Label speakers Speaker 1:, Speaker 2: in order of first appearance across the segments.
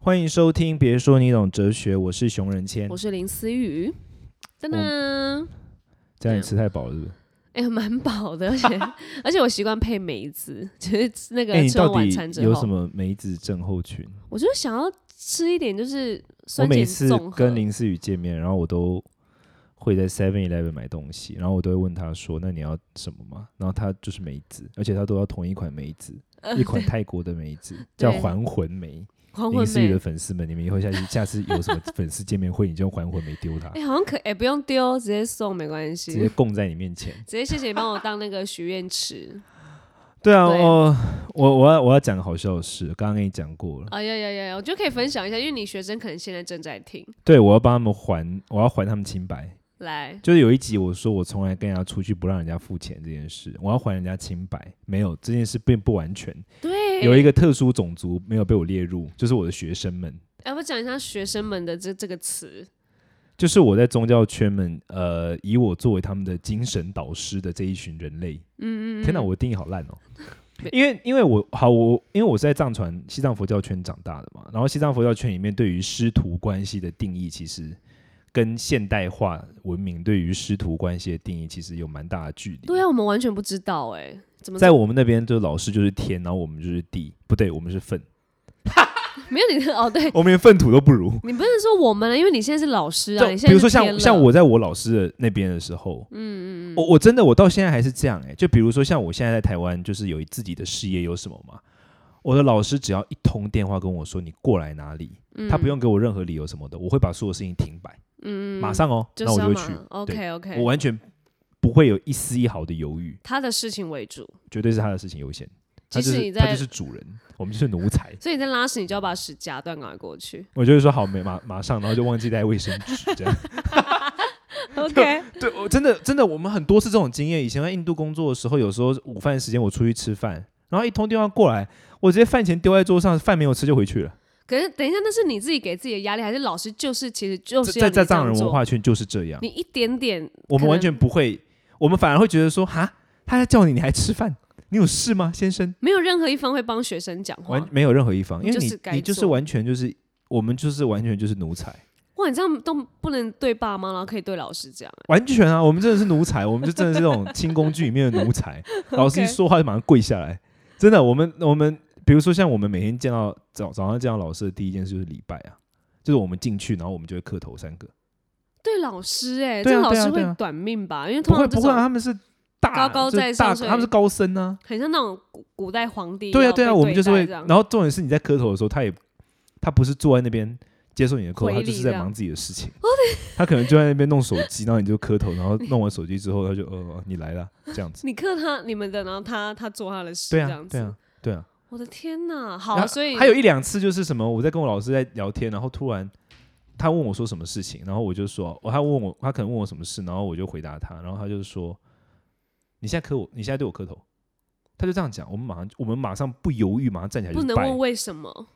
Speaker 1: 欢迎收听，别说你懂哲学，我是熊仁谦
Speaker 2: 我。是林思雨。噔噔，
Speaker 1: 这样你吃太饱了是不是？
Speaker 2: 哎、呀，蛮饱的，而且而且我习惯配梅子，就是那个
Speaker 1: 哎、你
Speaker 2: 啊吃
Speaker 1: 到
Speaker 2: 完晚餐
Speaker 1: 底
Speaker 2: 之
Speaker 1: 有什
Speaker 2: 后，
Speaker 1: 么梅子症候群？
Speaker 2: 我就想要吃一点，就是
Speaker 1: 我
Speaker 2: 酸
Speaker 1: 每
Speaker 2: 碱
Speaker 1: 次
Speaker 2: 综合。
Speaker 1: 跟林思雨见面，然后我都会在 Seven Eleven 买东西，然后我都会问他说：“那你要什么吗？”然后他就是梅子，而且他都要同一款梅 子，一款泰国的梅子叫
Speaker 2: 对
Speaker 1: 还魂梅。
Speaker 2: 呃黄
Speaker 1: 林
Speaker 2: 昏
Speaker 1: 思雨
Speaker 2: 梅
Speaker 1: 的，粉丝们，你们以后下次下次有什么粉丝见面会，你就用还魂梅丢他
Speaker 2: 哎、，好像可哎、不用丢，直接送没关系。
Speaker 1: 直接供在你面前。
Speaker 2: 直接谢谢你帮我当那个许愿 池。
Speaker 1: 对啊，
Speaker 2: 对
Speaker 1: 我我我要我要讲个好笑的事，刚刚跟你讲过了。
Speaker 2: 啊呀呀呀呀！我觉得可以分享一下，因为你学生可能现在正在听。
Speaker 1: 对，我要帮他们还，我要还他们清白。
Speaker 2: 来，
Speaker 1: 就是有一集我说我从来跟人家出去不让人家付钱这件事，我要还人家清白。没有这件事并不完全，
Speaker 2: 对，
Speaker 1: 有一个特殊种族没有被我列入，就是我的学生们，
Speaker 2: 哎、我讲一下学生们的这这个词。
Speaker 1: 就是我在宗教圈们，呃，以我作为他们的精神导师的这一群人类。
Speaker 2: 嗯嗯嗯，
Speaker 1: 天哪，我的定义好烂哦
Speaker 2: 对！
Speaker 1: 因为因为我好我因为我是在藏传西藏佛教圈长大的嘛，然后西藏佛教圈里面对于师徒关系的定义，其实跟现代化文明对于师徒关系的定义其实有蛮大的距离。
Speaker 2: 对啊，我们完全不知道哎、怎么
Speaker 1: 在我们那边，就老师就是天，然后我们就是地，不对，我们是 粪，
Speaker 2: 没有你的哦？对，
Speaker 1: 我们连粪土都不如。
Speaker 2: 你不能说我们了，因为你现在是老师啊，
Speaker 1: 就
Speaker 2: 你现在
Speaker 1: 比如说
Speaker 2: 是天
Speaker 1: 像
Speaker 2: 了
Speaker 1: 像我在我老师的那边的时候，嗯嗯嗯，我我真的我到现在还是这样哎、就比如说像我现在在台湾，就是有自己的事业有什么嘛，我的老师只要一通电话跟我说你过来哪里，他不用给我任何理由什么的，我会把所有事情停摆，嗯，马上哦，
Speaker 2: 就是
Speaker 1: 那我就
Speaker 2: 要
Speaker 1: 会
Speaker 2: 嘛
Speaker 1: 去，
Speaker 2: OK OK，
Speaker 1: 我完全不会有一丝一毫的犹豫，
Speaker 2: 他的事情为主，
Speaker 1: 绝对是他的事情优先，他
Speaker 2: 即
Speaker 1: 就
Speaker 2: 使你
Speaker 1: 是
Speaker 2: 在，
Speaker 1: 他就是主人，我们就是奴才，
Speaker 2: 所以你在拉屎，你就要把屎夹断，赶快过去。
Speaker 1: 我就会说好没马马上，然后就忘记带卫生纸这样。
Speaker 2: OK，
Speaker 1: 对，我真的真的，我们很多是这种经验。以前在印度工作的时候，有时候午饭时间我出去吃饭，然后一通电话过来，我直接饭钱丢在桌上，饭没有吃就回去了。
Speaker 2: 可是等一下，那是你自己给自己的压力，还是老师就是其实就是
Speaker 1: 在在
Speaker 2: 要你
Speaker 1: 在
Speaker 2: 这
Speaker 1: 藏
Speaker 2: 样
Speaker 1: 人文
Speaker 2: 做？
Speaker 1: 化圈就是这样
Speaker 2: 你，一点点，
Speaker 1: 我们
Speaker 2: 可
Speaker 1: 完
Speaker 2: 能
Speaker 1: 全不会，我们反而会觉得说，哈，他在叫你，你还吃饭，你有事吗，先生？
Speaker 2: 没有任何一方会帮学生讲话
Speaker 1: 完。没有任何一方，因为
Speaker 2: 就
Speaker 1: 你
Speaker 2: 是该
Speaker 1: 你就是
Speaker 2: 做
Speaker 1: 完全就是我们就是完全就是奴才，
Speaker 2: 哇，你这样都不能对爸妈，然后可以对老师这样。
Speaker 1: 完全啊，我们真的是奴 才，我们就真的是那种清宫剧里面的奴才。老师一
Speaker 2: OK
Speaker 1: 说话就马上跪下来，真的，我们我们比如说像我们每天见到早早上见到老师的第一件事就是礼拜啊，就是我们进去，然后我们就会磕头三个，
Speaker 2: 对老师、哎、
Speaker 1: 对啊
Speaker 2: 这老
Speaker 1: 对啊
Speaker 2: 师
Speaker 1: 对
Speaker 2: 会
Speaker 1: 啊
Speaker 2: 短命吧？因为
Speaker 1: 不
Speaker 2: 通
Speaker 1: 会
Speaker 2: 常这
Speaker 1: 不会、啊，
Speaker 2: 种
Speaker 1: 他们是大
Speaker 2: 高高
Speaker 1: 就是
Speaker 2: 在上
Speaker 1: 大，
Speaker 2: 所以
Speaker 1: 他们是高僧呢、
Speaker 2: 很像那种古古代皇帝
Speaker 1: 对啊
Speaker 2: 要
Speaker 1: 对啊，
Speaker 2: 被
Speaker 1: 我们就是
Speaker 2: 待
Speaker 1: 会，
Speaker 2: 这样
Speaker 1: 然后重点是你在磕头的时候，他也他不是坐在那边。接受你的磕头，
Speaker 2: 回
Speaker 1: 他
Speaker 2: 礼
Speaker 1: 就是在
Speaker 2: 这样
Speaker 1: 忙自己的事情。他可能就在那边弄手机，然后你就磕头，然后弄完手机之后，他就呃，你来了这 样子。
Speaker 2: 你克他你们的，然后他他做他的事，
Speaker 1: 对
Speaker 2: 这
Speaker 1: 啊
Speaker 2: 样，子。
Speaker 1: 对啊，对啊。
Speaker 2: 我的天呐，
Speaker 1: 然
Speaker 2: 好，
Speaker 1: 后
Speaker 2: 哦所以
Speaker 1: 还有一两次就是什么，我在跟我老师在聊天，然后突然他问我说什么事情，然后我就说，哦我他问我，他可能问我什么事，然后我就回答他，然后他就说，你现在磕我，你现在对我磕头，他就这样讲，我们马上我们马上不犹豫，马上站起来
Speaker 2: 不
Speaker 1: 就
Speaker 2: 能
Speaker 1: 拜
Speaker 2: 问为什么，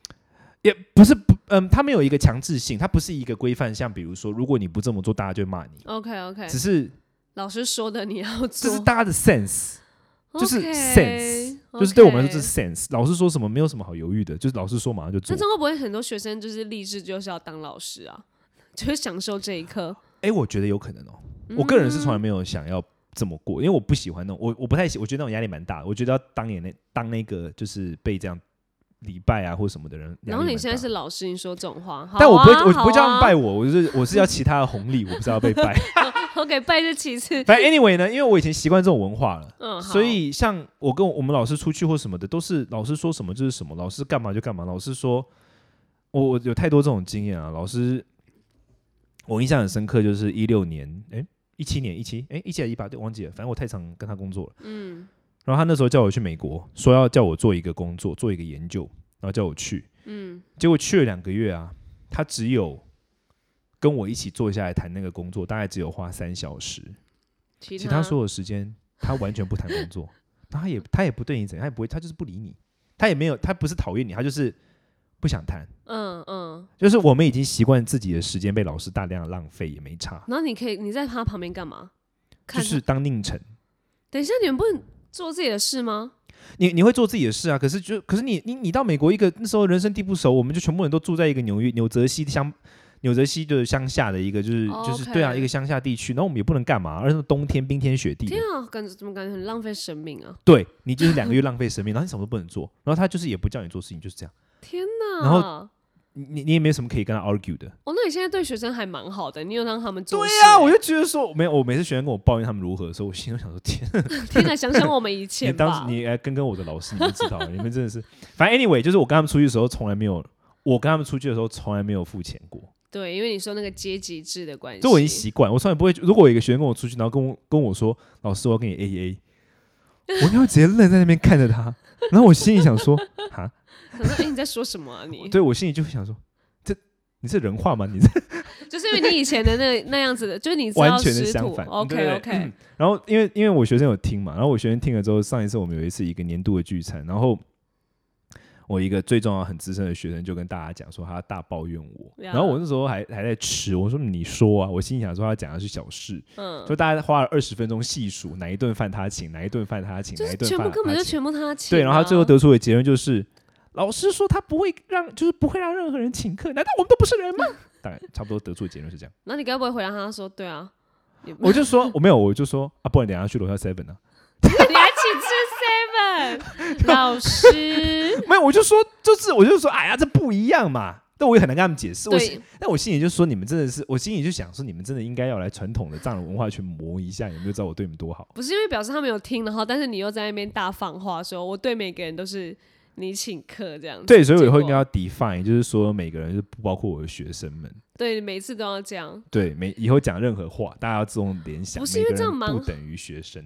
Speaker 1: 也不是不嗯，他没有一个强制性，他不是一个规范，像比如说，如果你不这么做，大家就会骂你，
Speaker 2: OK OK，
Speaker 1: 只是
Speaker 2: 老师说的你 要
Speaker 1: 这
Speaker 2: 做，
Speaker 1: 是大家的 sense。就是
Speaker 2: OK，
Speaker 1: sense，就是
Speaker 2: OK
Speaker 1: 对我们来说，这是。sense。老师说什么没有什么好犹豫的，就是老师说马上就做
Speaker 2: 那。这样会不会很多学生就是立志就是要当老师啊？ 就是享受这一刻。嗯
Speaker 1: 哎、我觉得有可能哦。我个人是从来没有想要这么过，因为我不喜欢那种，我我不太喜，我觉得那种压力蛮大的。我觉得要当演那当那个就是被这样礼拜啊或什么的人，压力
Speaker 2: 然后你
Speaker 1: 蛮
Speaker 2: 现在
Speaker 1: 大
Speaker 2: 是老师，你说这种话，
Speaker 1: 但我不会，
Speaker 2: 好啊、
Speaker 1: 我不会这样拜
Speaker 2: 好
Speaker 1: 我，我是我是要其他的红利，我不是要被 拜。
Speaker 2: 啊。OK，拜是其次。
Speaker 1: 反正 anyway 呢，因为我以前习惯这种文化了。
Speaker 2: 嗯，好
Speaker 1: 所以，像我跟我们老师出去或什么的，都是老师说什么就是什么，老师干嘛就干嘛。老师说，我我有太多这种经验啊。老师，我印象很深刻，就是一六年，哎，一七年，一七，哎，一七还一八，对，忘记了。反正我太常跟他工作了。
Speaker 2: 嗯
Speaker 1: 然后他那时候叫我去美国，说要叫我做一个工作，做一个研究，然后叫我去。
Speaker 2: 嗯，
Speaker 1: 结果去了两个月啊，他只有跟我一起坐下来谈那个工作，大概只有花三小时。
Speaker 2: 其
Speaker 1: 其他所有时间他完全不谈工作，然后他也他也不对你怎样，他也不会，他就是不理你，他也没有，他不是讨厌你，他就是不想谈。
Speaker 2: 嗯嗯，
Speaker 1: 就是我们已经习惯自己的时间被老师大量浪费，也没差，
Speaker 2: 然后你可以你在他旁边干嘛？
Speaker 1: 就
Speaker 2: 看他
Speaker 1: 是当佞臣。
Speaker 2: 等一下，你们不能做自己的事吗？
Speaker 1: 你你会做自己的事啊，可是就可是你你你到美国一个那时候人生地不熟，我们就全部人都住在一个纽约纽泽西乡纽泽西的乡下的一个就是就是
Speaker 2: OK
Speaker 1: 对啊一个乡下地区，然后我们也不能干嘛，而且冬天冰天雪地的
Speaker 2: 天，啊，感觉怎么感觉很浪费生命啊！
Speaker 1: 对你就是两个月浪费生命，然后你什么都不能做，然后他就是也不叫你做事情，就是这样，
Speaker 2: 天哪！
Speaker 1: 然你你你也没什么可以跟他 argue 的。
Speaker 2: 哦，那你现在对学生还蛮好的，你有让他们做
Speaker 1: 对
Speaker 2: 事
Speaker 1: 呀、
Speaker 2: 欸
Speaker 1: 我就觉得说没有，我每次学生跟我抱怨他们如何的时候，我心里想说天。
Speaker 2: 天哪，想想我们以前
Speaker 1: 你
Speaker 2: 吧，
Speaker 1: 当时你哎，跟跟我的老师，你就知道了，你们真的是， 反正 anyway，就是我跟他们出去的时候，从来没有，我跟他们出去的时候，从来没有付钱过，
Speaker 2: 对，因为你说那个阶级制的关系，
Speaker 1: 这我已经习惯，我从来不会。如果有一个学生跟我出去，然后跟我跟我说，老师，我要跟你 A A，我就会直接愣在那边看着他，然后我心里想 说，哈，
Speaker 2: 想说，哎、你在说什么啊你？
Speaker 1: 对我心里就会想说，这你是人话吗？你这
Speaker 2: 就是因为你以前的那那样子的，就是你知道
Speaker 1: 完全的
Speaker 2: 师
Speaker 1: 相
Speaker 2: 徒
Speaker 1: 反
Speaker 2: ，OK
Speaker 1: 对嗯
Speaker 2: OK，
Speaker 1: 然后因为因为我学生有听嘛，然后我学生听了之后，上一次我们有一次一个年度的聚餐，然后我一个最重要很资深的学生就跟大家讲说他大抱怨我，
Speaker 2: 呀
Speaker 1: 然后我那时候还还在吃，我说你说啊，我心里想说他讲的是小事，
Speaker 2: 嗯，
Speaker 1: 就大家花了二十分钟细数哪一顿饭他请，哪一顿饭他请，
Speaker 2: 就
Speaker 1: 哪
Speaker 2: 是
Speaker 1: 一顿
Speaker 2: 全
Speaker 1: 饭
Speaker 2: 部根本
Speaker 1: 他
Speaker 2: 就
Speaker 1: 请，
Speaker 2: 全部他请、啊，
Speaker 1: 对，然后他最后得出的结论就是。老师说他不会让，就是不会让任何人请客，难道我们都不是人吗？ 大概差不多得出的结论是这样。
Speaker 2: 然后你该不会回答他说，对啊， 你
Speaker 1: 我就说我没有，我就说啊，不然等一下去楼下 seven 啊。
Speaker 2: 你还请吃 seven 老师，
Speaker 1: 没有，我就说，就是我就说，哎呀，这不一样嘛。但我也很难跟他们解释。我心
Speaker 2: 对，
Speaker 1: 但我心里就说，你们真的是，我心里就想说，你们真的应该要来传统的藏人文化去磨一下，你们就知道我对你们多好。
Speaker 2: 不是因为表示他们有听，然后但是你又在那边大放话说，我对每个人都是你请客这样子，
Speaker 1: 对，所以我以后
Speaker 2: 结
Speaker 1: 应该
Speaker 2: 果
Speaker 1: 要 define，就是说每个人，就是不包括我的学生们，
Speaker 2: 对每次都要这样。
Speaker 1: 对，每以后讲任何话，大家要自动联想，
Speaker 2: 不是
Speaker 1: 每
Speaker 2: 因为
Speaker 1: 个
Speaker 2: 这
Speaker 1: 人
Speaker 2: 样蛮
Speaker 1: 不
Speaker 2: 好
Speaker 1: 等于学生。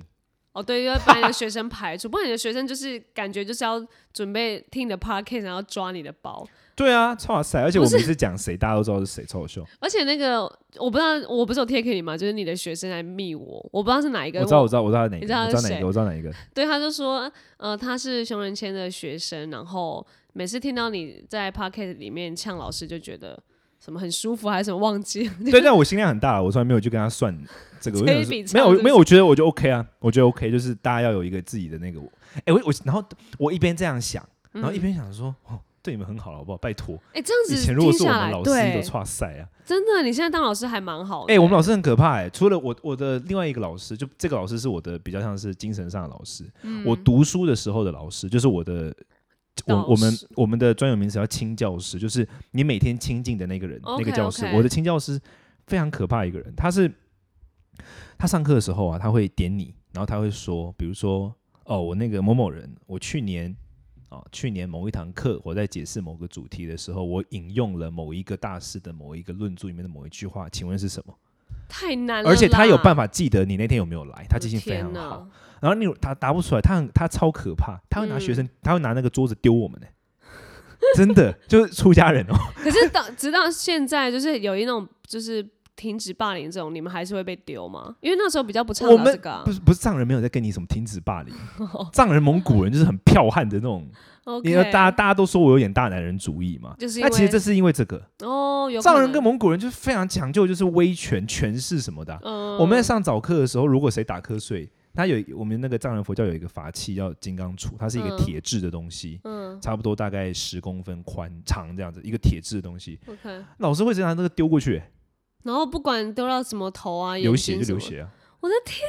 Speaker 2: 哦，对，要把你的学生排除，不然 你的学生就是感觉就是要准备听你的 podcast，然后抓你的包。
Speaker 1: 对啊，超好塞！而且我
Speaker 2: 不是
Speaker 1: 每次讲谁，大家都知道是谁，超好笑。
Speaker 2: 而且那个我不知道，我不是有贴给你吗？就是你的学生来密我，我不知道是哪一个。
Speaker 1: 我知道，我知道，我知道哪一
Speaker 2: 你
Speaker 1: 个，
Speaker 2: 知道
Speaker 1: 我知道
Speaker 2: 是
Speaker 1: 哪一
Speaker 2: 谁
Speaker 1: 个，我知道哪一个。
Speaker 2: 对，他就说，呃，他是熊仁谦的学生，然后每次听到你在 podcast 里面呛老师，就觉得什么很舒服，还是什么忘记了。
Speaker 1: 对，但我心量很大，我从来没有去跟他算这个。我
Speaker 2: 这
Speaker 1: 想
Speaker 2: 一
Speaker 1: 说
Speaker 2: 笔
Speaker 1: 没
Speaker 2: 账
Speaker 1: 有
Speaker 2: 是不是
Speaker 1: 没有，我觉得我就 OK 啊，我觉得 OK，就是大家要有一个自己的那个我。哎、我我然后我一边这样想，然
Speaker 2: 嗯
Speaker 1: 后一边想说，哦，对你们很好了，好不好？拜托，
Speaker 2: 哎、这样
Speaker 1: 以
Speaker 2: 子
Speaker 1: 前如果
Speaker 2: 听
Speaker 1: 是我
Speaker 2: 下
Speaker 1: 们
Speaker 2: 来
Speaker 1: 老，师
Speaker 2: 对
Speaker 1: 的，差赛啊，
Speaker 2: 真的，你现在当老师还蛮好的。
Speaker 1: 哎、我们老师很可怕哎、除了我我的另外一个老师，就这个老师是我的比较像是精神上的老师，我读书的时候的老师，就是我的。我
Speaker 2: 嗯导
Speaker 1: 我们
Speaker 2: 师
Speaker 1: 我们的专有名词叫清教师，就是你每天亲近的那个人那个
Speaker 2: OK，
Speaker 1: 教师。
Speaker 2: OK
Speaker 1: 我的清教师非常可怕一个人，他是他上课的时候啊，他会点你，然后他会说，比如说哦，我那个某某人，我去年啊、哦，去年某一堂课我在解释某个主题的时候，我引用了某一个大师的某一个论著里面的某一句话，请问是什么？
Speaker 2: 太难了啦，
Speaker 1: 而且他有办
Speaker 2: 法，
Speaker 1: 法记得你那天有没有来，他记性非常好。
Speaker 2: 好。
Speaker 1: 然后那种他答不出来，他很他超可怕，他会拿学生，
Speaker 2: 嗯
Speaker 1: 他会拿那个桌子丢我们呢、真的就是出家 人哦。
Speaker 2: 可是到直到现在，就是有一种就是停止霸凌这种，你们还是会被丢吗？因为那时候比较不倡
Speaker 1: 我
Speaker 2: 导
Speaker 1: 们
Speaker 2: 这个、啊
Speaker 1: 不。是不是藏人没有在跟你什么停止 霸凌，藏人蒙古人就是很剽悍的那种，
Speaker 2: 哦 OK，
Speaker 1: 因为大家大家都说我有点大男人主义嘛。
Speaker 2: 就是因
Speaker 1: 那
Speaker 2: 为
Speaker 1: 其实这是因为这个
Speaker 2: 哦，有可
Speaker 1: 藏人跟
Speaker 2: 能
Speaker 1: 蒙古人就是非常讲究，就是威权权势什么的啊、
Speaker 2: 嗯
Speaker 1: 我们在上早课的时候，如果谁打瞌睡，他有我们那个藏人佛教有一个法器叫金刚杵，它是一个
Speaker 2: 嗯
Speaker 1: 铁制的东西，
Speaker 2: 嗯
Speaker 1: 差不多大概十公分宽长这样子，一个铁制的东西。
Speaker 2: OK，
Speaker 1: 老师会直接拿那个丢过去，
Speaker 2: 然后不管丢到什么头啊，
Speaker 1: 流
Speaker 2: 眼
Speaker 1: 血
Speaker 2: 睛
Speaker 1: 就
Speaker 2: 什
Speaker 1: 流
Speaker 2: 么，
Speaker 1: 血啊！
Speaker 2: 我的天，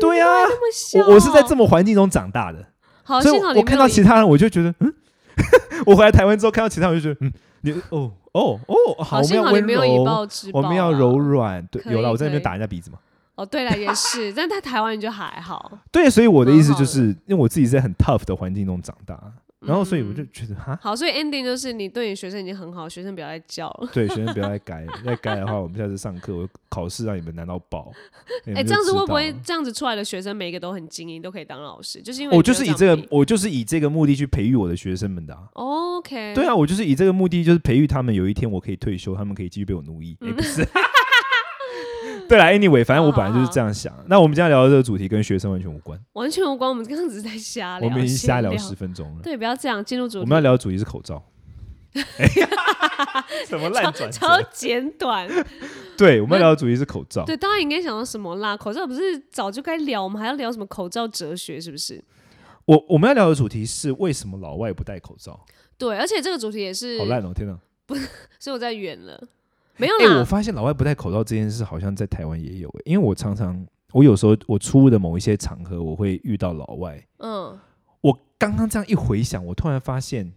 Speaker 1: 对呀、
Speaker 2: 那么小，
Speaker 1: 我我是在这么环境中长大的，
Speaker 2: 好，
Speaker 1: 所以
Speaker 2: 啊哦幸好
Speaker 1: 我
Speaker 2: 你
Speaker 1: 我
Speaker 2: 没
Speaker 1: 看
Speaker 2: 有
Speaker 1: 到
Speaker 2: 赢
Speaker 1: 其他人我就觉得，嗯， 我回来台湾之后看到其他人我就觉得，嗯，你 哦哦哦，
Speaker 2: 好，
Speaker 1: 我们
Speaker 2: 幸
Speaker 1: 要
Speaker 2: 好你
Speaker 1: 温
Speaker 2: 没有以暴
Speaker 1: 柔，
Speaker 2: 制暴
Speaker 1: 我
Speaker 2: 啦，
Speaker 1: 们要柔软，对，
Speaker 2: 可以
Speaker 1: 有了我在那边
Speaker 2: 可以
Speaker 1: 打人家鼻子嘛。
Speaker 2: 哦，对了，也是，但在台湾你就还好，
Speaker 1: 对，所以我的
Speaker 2: 蛮
Speaker 1: 意思
Speaker 2: 好
Speaker 1: 就
Speaker 2: 的嗯
Speaker 1: 是，因为我自己在很 tough 的环境中长大，然后所以我就觉得哈，
Speaker 2: 好，所以 ending 就是你对你学生已经很好，学生不要再叫了。
Speaker 1: 对，学生不要再改了，再改的话，我们下次上课我考试让你们难到 爆。哎
Speaker 2: 哎、这样子会不会这样子出来的学生每一个都很精英，都可以当老师？就是因为
Speaker 1: 我
Speaker 2: 你
Speaker 1: 哦就
Speaker 2: 没有
Speaker 1: 是以
Speaker 2: 这
Speaker 1: 这
Speaker 2: 样
Speaker 1: 个
Speaker 2: 比、，
Speaker 1: 我就是以这个目的去培育我的学生们的、啊。
Speaker 2: OK，
Speaker 1: 对啊，我就是以这个目的，就是培育他们，有一天我可以退休，他们可以继续被我奴
Speaker 2: 嗯
Speaker 1: 役。哎、不是。 对啦 a n y w a y 反正我本来就是这样想。那我们今天聊的这个主题跟学生完全无关，
Speaker 2: 完全无关。我们刚刚只是在瞎聊，
Speaker 1: 我们已经瞎
Speaker 2: 闲
Speaker 1: 聊十分钟了。
Speaker 2: 对，不要这样进入主
Speaker 1: 我
Speaker 2: 题
Speaker 1: 们。要聊的主题是口罩。什 么烂转
Speaker 2: 超
Speaker 1: 折？
Speaker 2: 简 短。
Speaker 1: 对，我们要聊的主题是口罩。
Speaker 2: 对，大家应该想到什么啦？口罩不是早就该聊，我们还要聊什么口罩哲学，是不是？
Speaker 1: 我我们要聊的主题是为什么老外不戴口罩？
Speaker 2: 对，而且这个主题也是
Speaker 1: 好，烂哦！天哪！
Speaker 2: 所以我在远了，没有
Speaker 1: 哎、我
Speaker 2: 啦，
Speaker 1: 发现老外不戴口罩这件事，好像在台湾也有、欸。因为我常常，我有时候我出入的某一些场合，我会遇到老外。
Speaker 2: 嗯，
Speaker 1: 我刚刚这样一回想，我突然发现，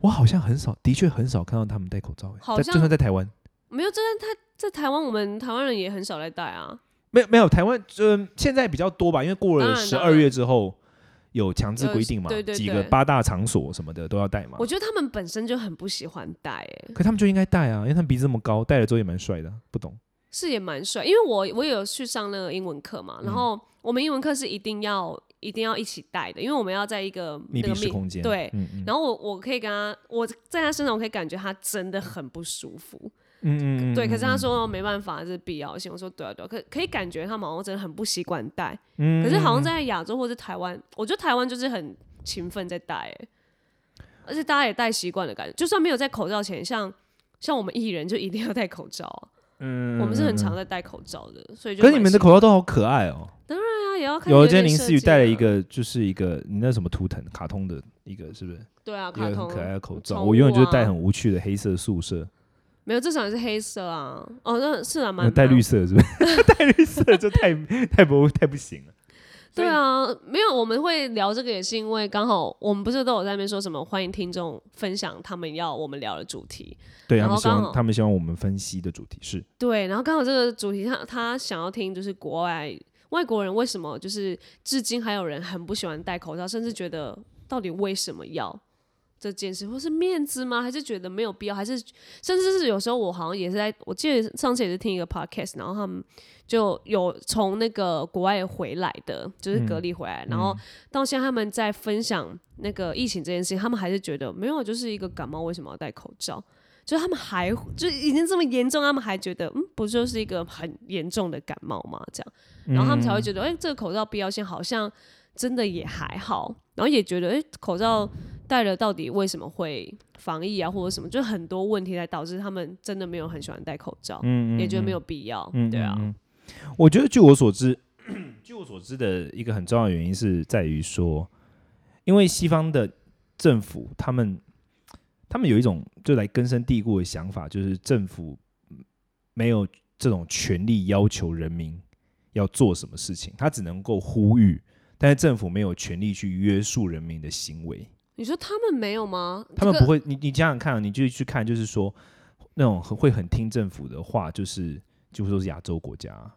Speaker 1: 我好像很少，的确很少看到他们戴口罩、欸。
Speaker 2: 好
Speaker 1: 在
Speaker 2: 像
Speaker 1: 就算在台湾，
Speaker 2: 没有，真的，他在台湾，我们台湾人也很少来戴啊，
Speaker 1: 没有没有台湾，嗯、现在比较多吧，因为过
Speaker 2: 当
Speaker 1: 了
Speaker 2: 然
Speaker 1: 十
Speaker 2: 当
Speaker 1: 二
Speaker 2: 啊然
Speaker 1: 月之后。有强制
Speaker 2: 有
Speaker 1: 规定嘛？
Speaker 2: 对对
Speaker 1: 几
Speaker 2: 对
Speaker 1: 个八大场所什么的都要戴嘛
Speaker 2: 我。觉得他们本身就很不喜欢戴、哎，
Speaker 1: 可他们就应该戴啊，因为他们鼻子这么高，戴了之后也蛮帅的啊。不懂，
Speaker 2: 是也蛮帅，因为我我也有去上那个英文课
Speaker 1: 嗯
Speaker 2: 嘛，然后我们英文课是一定要一定要一起戴的，因为我们要在一个
Speaker 1: 密闭
Speaker 2: 那个
Speaker 1: 式空间。
Speaker 2: 对
Speaker 1: 嗯嗯
Speaker 2: 然后我我可以跟他，我在他身上我可以感觉他真的很不舒服，
Speaker 1: 嗯嗯嗯。
Speaker 2: 对。可是
Speaker 1: 嗯
Speaker 2: 他，说没办法，这是必要性。我说对啊对啊，可可以感觉他们好像真的很不习惯戴，
Speaker 1: 嗯
Speaker 2: 可是好像
Speaker 1: 嗯
Speaker 2: 在亚洲或是台湾，我觉得台湾就是很勤奋在戴、欸，而且大家也戴习惯的感觉，就算没有戴口罩前，像像我们艺人就一定要戴口罩啊、
Speaker 1: 嗯
Speaker 2: 我们是
Speaker 1: 嗯
Speaker 2: 很。
Speaker 1: 嗯
Speaker 2: 常在戴口罩的，所以就
Speaker 1: 可是你们的
Speaker 2: 蛮习
Speaker 1: 口罩都好可爱哦！
Speaker 2: 惯啊也要看
Speaker 1: 有
Speaker 2: 有
Speaker 1: 一天
Speaker 2: 点
Speaker 1: 林
Speaker 2: 设
Speaker 1: 思雨
Speaker 2: 计
Speaker 1: 戴了
Speaker 2: 啊
Speaker 1: 一个，就是一个你那什么图腾卡通的一个，是不是？
Speaker 2: 对啊，
Speaker 1: 一个
Speaker 2: 卡
Speaker 1: 很
Speaker 2: 通
Speaker 1: 可爱的口罩。
Speaker 2: 宠
Speaker 1: 我永远
Speaker 2: 物
Speaker 1: 就是
Speaker 2: 啊
Speaker 1: 戴很无趣的黑色宿舍，
Speaker 2: 没有，至少也是黑色啊，哦那是啊
Speaker 1: 那
Speaker 2: 蛮
Speaker 1: 呃戴绿
Speaker 2: 蛮
Speaker 1: 色的是不是？ 戴绿色的就太 太不太不行了。所
Speaker 2: 对
Speaker 1: 以
Speaker 2: 啊，没有，我们会聊这个也是因为刚好我们不是都有在那边说什么欢迎听众分享他们要我们聊的主题，
Speaker 1: 对
Speaker 2: 然
Speaker 1: 他们
Speaker 2: 后
Speaker 1: 希
Speaker 2: 刚
Speaker 1: 望
Speaker 2: 好
Speaker 1: 他们希望我们分析的主题是
Speaker 2: 对，然后刚好这个主题他他想要听就是国外外国人为什么就是至今还有人很不喜欢戴口罩，甚至觉得到底为什么要这件事，或是面子吗？还是觉得没有必要？还是甚至是有时候我好像也是在，我记得上次也是听一个 podcast，然后他们就有从那个国外回来的，就是隔离回来，然后到现在他们在分享那个疫情这件事情，他们还是觉得没有，就是一个感冒，为什么要戴口罩？就是他们还就已经这么严重，他们还觉得嗯，不就是一个很严重的感冒吗？这样，然后他们才会觉得，哎、这个口罩必要性好像真的也还好，然后也觉得，哎、口罩戴了到底为什么会防疫啊，或者什么，就很多问题来导致他们真的没有很喜欢戴口罩，
Speaker 1: 嗯
Speaker 2: 也觉得没有必要，对啊，
Speaker 1: 我觉得据我所知， 据我所知的一个很重要的原因是在于说，因为西方的政府他们他们有一种就来根深蒂固的想法，就是政府嗯没有这种权利要求人民要做什么事情，他只能够呼吁，但是政府没有权利去约束人民的行为。
Speaker 2: 你说他们没有吗？
Speaker 1: 他们
Speaker 2: 这个
Speaker 1: 不会，你你想想看、啊，你就去看，就是说那种很会很听政府的话，就是几乎都是亚洲国家，啊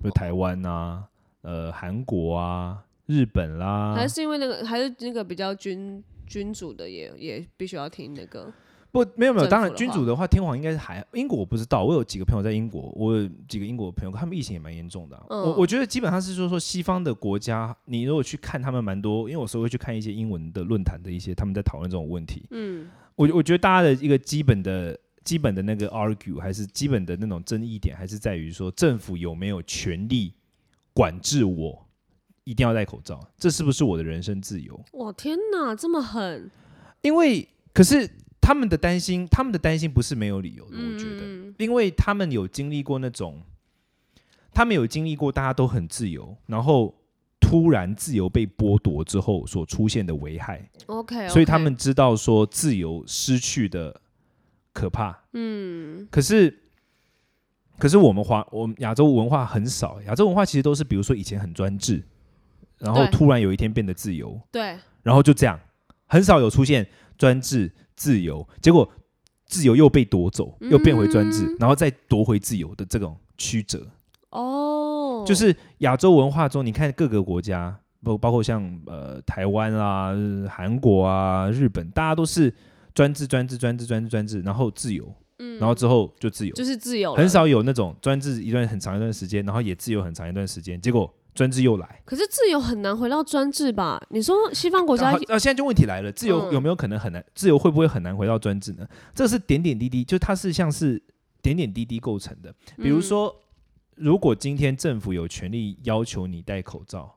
Speaker 1: 比如台湾啊、呃韩国啊、日本啦、
Speaker 2: 还是因为那个，还是那个比较君君主的也也必须要听那个，
Speaker 1: 不，没有没有，
Speaker 2: 政
Speaker 1: 当
Speaker 2: 府
Speaker 1: 然
Speaker 2: 的
Speaker 1: 君
Speaker 2: 话
Speaker 1: 主的话，天皇应该是还英国我不知道，我有几个朋友在英国，我有几个英国朋友，他们疫情也蛮严重的啊、
Speaker 2: 嗯
Speaker 1: 我我觉得基本上是说说西方的国家，你如果去看他们蛮多，因为我有时候会去看一些英文的论坛的一些他们在讨论这种问题，
Speaker 2: 嗯，
Speaker 1: 我我觉得大家的一个基本的、基本的那个 argue，还是基本的那种争议点，还是在于说政府有没有权利管制我一定要戴口罩，这是不是我的人身自由？
Speaker 2: 哇天哪，这么狠，
Speaker 1: 因为可是他们的担心，他们的担心不是没有理由的，我觉得，
Speaker 2: 嗯
Speaker 1: 因为他们有经历过那种，他们有经历过大家都很自由，然后突然自由被剥夺之后所出现的危害。
Speaker 2: ，OK，
Speaker 1: 所以他们知道说自由失去的可怕。
Speaker 2: 嗯
Speaker 1: 可是，可是我们华我们亚洲文化很少，亚洲文化其实都是比如说以前很专制，然后
Speaker 2: 对
Speaker 1: 突然有一天变得自由，
Speaker 2: 对，
Speaker 1: 然后就这样，很少有出现专制自由，结果自由又被夺走，又变回专制，
Speaker 2: 嗯
Speaker 1: 然后再夺回自由的这种曲折。
Speaker 2: 哦，
Speaker 1: 就是亚洲文化中，你看各个国家，包包括像呃台湾啊、呃韩国啊、日本，大家都是专制、专制、专制、专制、专制，然后自由，
Speaker 2: 嗯
Speaker 1: 然后之后就自由，
Speaker 2: 就是自由，
Speaker 1: 很。少有那种专制一段很长一段时间，然后也自由很长一段时间，结果专制又来。
Speaker 2: 可是自由很难回到专制吧？你说西方国
Speaker 1: 然
Speaker 2: 家
Speaker 1: 后，啊，现在就问题来了，自由
Speaker 2: 嗯
Speaker 1: 有没有可能很难？自由会不会很难回到专制呢？这是点点滴滴，就它是像是点点滴滴构成的。比如
Speaker 2: 嗯
Speaker 1: 说，如果今天政府有权利要求你戴口罩，